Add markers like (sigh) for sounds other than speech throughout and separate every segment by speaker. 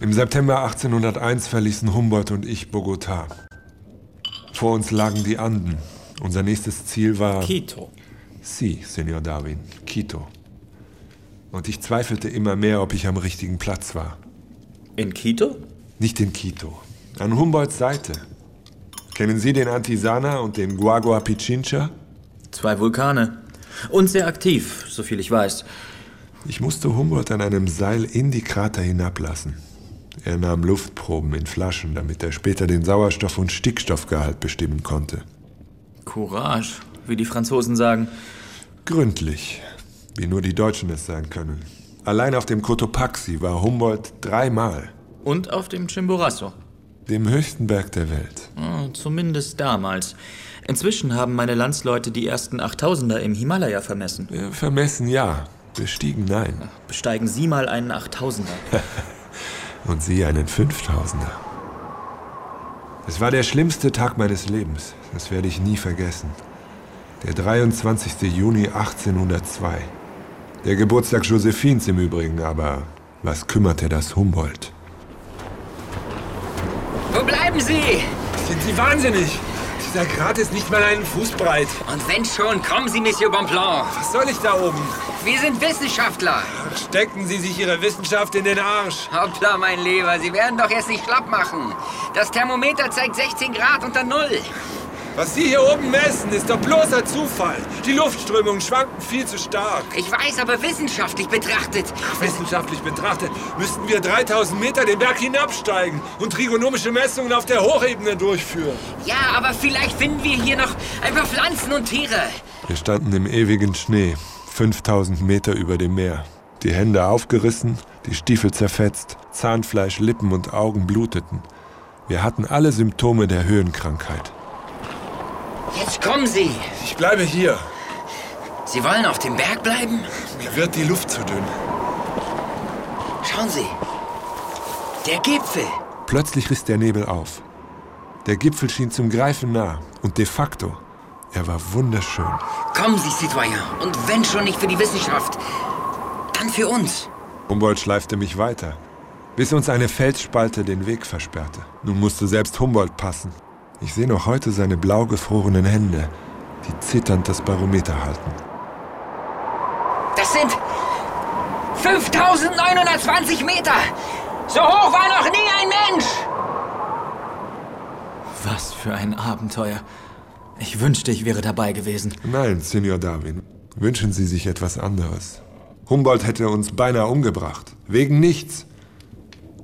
Speaker 1: Im September 1801 verließen Humboldt und ich Bogotá. Vor uns lagen die Anden. Unser nächstes Ziel war.
Speaker 2: Quito.
Speaker 1: Sie, Senor Darwin, Quito. Und ich zweifelte immer mehr, ob ich am richtigen Platz war.
Speaker 2: In Quito?
Speaker 1: Nicht in Quito, an Humboldts Seite. Kennen Sie den Antisana und den Guagua Pichincha?
Speaker 2: Zwei Vulkane. Und sehr aktiv, soviel ich weiß.
Speaker 1: Ich musste Humboldt an einem Seil in die Krater hinablassen. Er nahm Luftproben in Flaschen, damit er später den Sauerstoff- und Stickstoffgehalt bestimmen konnte.
Speaker 2: Courage, wie die Franzosen sagen.
Speaker 1: Gründlich, wie nur die Deutschen es sein können. Allein auf dem Cotopaxi war Humboldt dreimal,
Speaker 2: Und auf dem Chimborazo.
Speaker 1: dem höchsten Berg der Welt.
Speaker 2: Hm, Zumindest damals. Inzwischen haben meine Landsleute die ersten 8000er im Himalaya vermessen.
Speaker 1: Äh, Vermessen ja, bestiegen nein.
Speaker 2: Besteigen Sie mal einen 8000er.
Speaker 1: Und sie einen Fünftausender. Es war der schlimmste Tag meines Lebens, das werde ich nie vergessen. Der 23. Juni 1802. Der Geburtstag Josephines im Übrigen, aber was kümmerte das Humboldt?
Speaker 3: Wo bleiben Sie?
Speaker 4: Sind Sie wahnsinnig? Dieser Grat ist nicht mal einen Fuß breit.
Speaker 3: Und wenn schon, kommen Sie, Monsieur Bonpland.
Speaker 4: Was soll ich da oben?
Speaker 3: Wir sind Wissenschaftler.
Speaker 4: Stecken Sie sich Ihre Wissenschaft in den Arsch.
Speaker 3: Hoppla, mein Lieber, Sie werden doch jetzt nicht schlapp machen. Das Thermometer zeigt 16 Grad unter Null.
Speaker 4: Was Sie hier oben messen, ist doch bloßer Zufall. Die Luftströmungen schwanken viel zu stark.
Speaker 3: Ich weiß, aber wissenschaftlich betrachtet.
Speaker 4: Wissenschaftlich betrachtet müssten wir 3000 Meter den Berg hinabsteigen und trigonomische Messungen auf der Hochebene durchführen.
Speaker 3: Ja, aber vielleicht finden wir hier noch ein paar Pflanzen und Tiere.
Speaker 1: Wir standen im ewigen Schnee, 5000 Meter über dem Meer. Die Hände aufgerissen, die Stiefel zerfetzt, Zahnfleisch, Lippen und Augen bluteten. Wir hatten alle Symptome der Höhenkrankheit.
Speaker 3: Jetzt kommen Sie.
Speaker 4: Ich bleibe hier.
Speaker 3: Sie wollen auf dem Berg bleiben?
Speaker 4: Mir wird die Luft zu dünn.
Speaker 3: Schauen Sie. Der Gipfel.
Speaker 1: Plötzlich riss der Nebel auf. Der Gipfel schien zum Greifen nah und de facto, er war wunderschön.
Speaker 3: Kommen Sie, Citoyen. Und wenn schon nicht für die Wissenschaft, dann für uns.
Speaker 1: Humboldt schleifte mich weiter, bis uns eine Felsspalte den Weg versperrte. Nun musste selbst Humboldt passen. Ich sehe noch heute seine blau gefrorenen Hände, die zitternd das Barometer halten.
Speaker 3: Das sind 5920 Meter. So hoch war noch nie ein Mensch.
Speaker 2: (laughs) Was für ein Abenteuer. Ich wünschte, ich wäre dabei gewesen.
Speaker 1: Nein, Senior Darwin, wünschen Sie sich etwas anderes. Humboldt hätte uns beinahe umgebracht. Wegen nichts.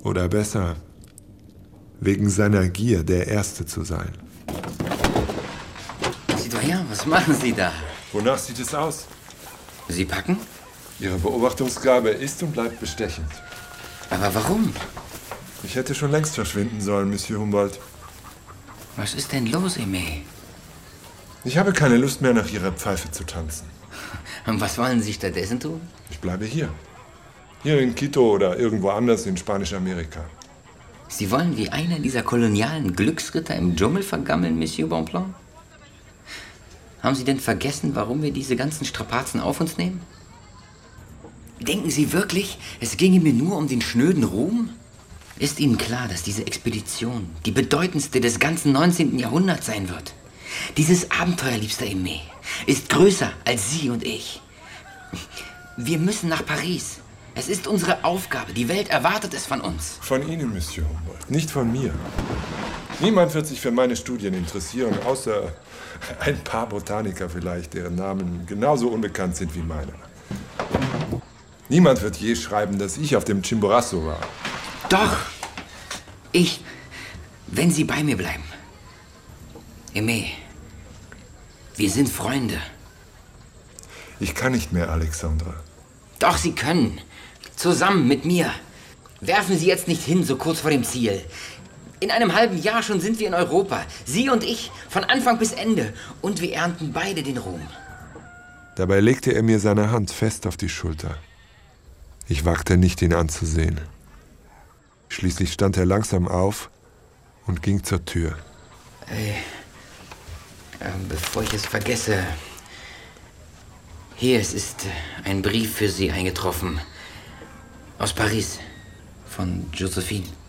Speaker 1: Oder besser, wegen seiner Gier, der Erste zu sein.
Speaker 3: Citoyen, was machen Sie da?
Speaker 1: Wonach sieht es aus?
Speaker 3: Sie packen?
Speaker 1: Ihre Beobachtungsgabe ist und bleibt bestechend.
Speaker 3: Aber warum?
Speaker 1: Ich hätte schon längst verschwinden sollen, Monsieur Humboldt.
Speaker 3: Was ist denn los, Emé?
Speaker 1: Ich habe keine Lust mehr, nach Ihrer Pfeife zu tanzen.
Speaker 3: Und was wollen Sie stattdessen tun?
Speaker 1: Ich bleibe hier. Hier in Quito oder irgendwo anders in Spanisch-Amerika.
Speaker 3: Sie wollen wie einer dieser kolonialen Glücksritter im Dschungel vergammeln, Monsieur Bonpland? Haben Sie denn vergessen, warum wir diese ganzen Strapazen auf uns nehmen? Denken Sie wirklich, es ginge mir nur um den schnöden Ruhm? Ist Ihnen klar, dass diese Expedition die bedeutendste des ganzen 19. Jahrhunderts sein wird? Dieses Abenteuer, liebster Aimé, ist größer als Sie und ich. Wir müssen nach Paris. Es ist unsere Aufgabe. Die Welt erwartet es von uns.
Speaker 1: Von Ihnen, Monsieur Humboldt, nicht von mir. Niemand wird sich für meine Studien interessieren, außer ein paar Botaniker vielleicht, deren Namen genauso unbekannt sind wie meine. Niemand wird je schreiben, dass ich auf dem Chimborazo war.
Speaker 3: Doch. Ich, wenn Sie bei mir bleiben. Eme, wir sind Freunde.
Speaker 1: Ich kann nicht mehr, Alexandra.
Speaker 3: Doch, Sie können. Zusammen mit mir. Werfen Sie jetzt nicht hin, so kurz vor dem Ziel. In einem halben Jahr schon sind wir in Europa. Sie und ich, von Anfang bis Ende. Und wir ernten beide den Ruhm.
Speaker 1: Dabei legte er mir seine Hand fest auf die Schulter. Ich wagte nicht, ihn anzusehen. Schließlich stand er langsam auf und ging zur Tür.
Speaker 3: Ähm, bevor ich es vergesse. Hier, es ist äh, ein Brief für Sie eingetroffen. Aus Paris.
Speaker 5: von Josephine.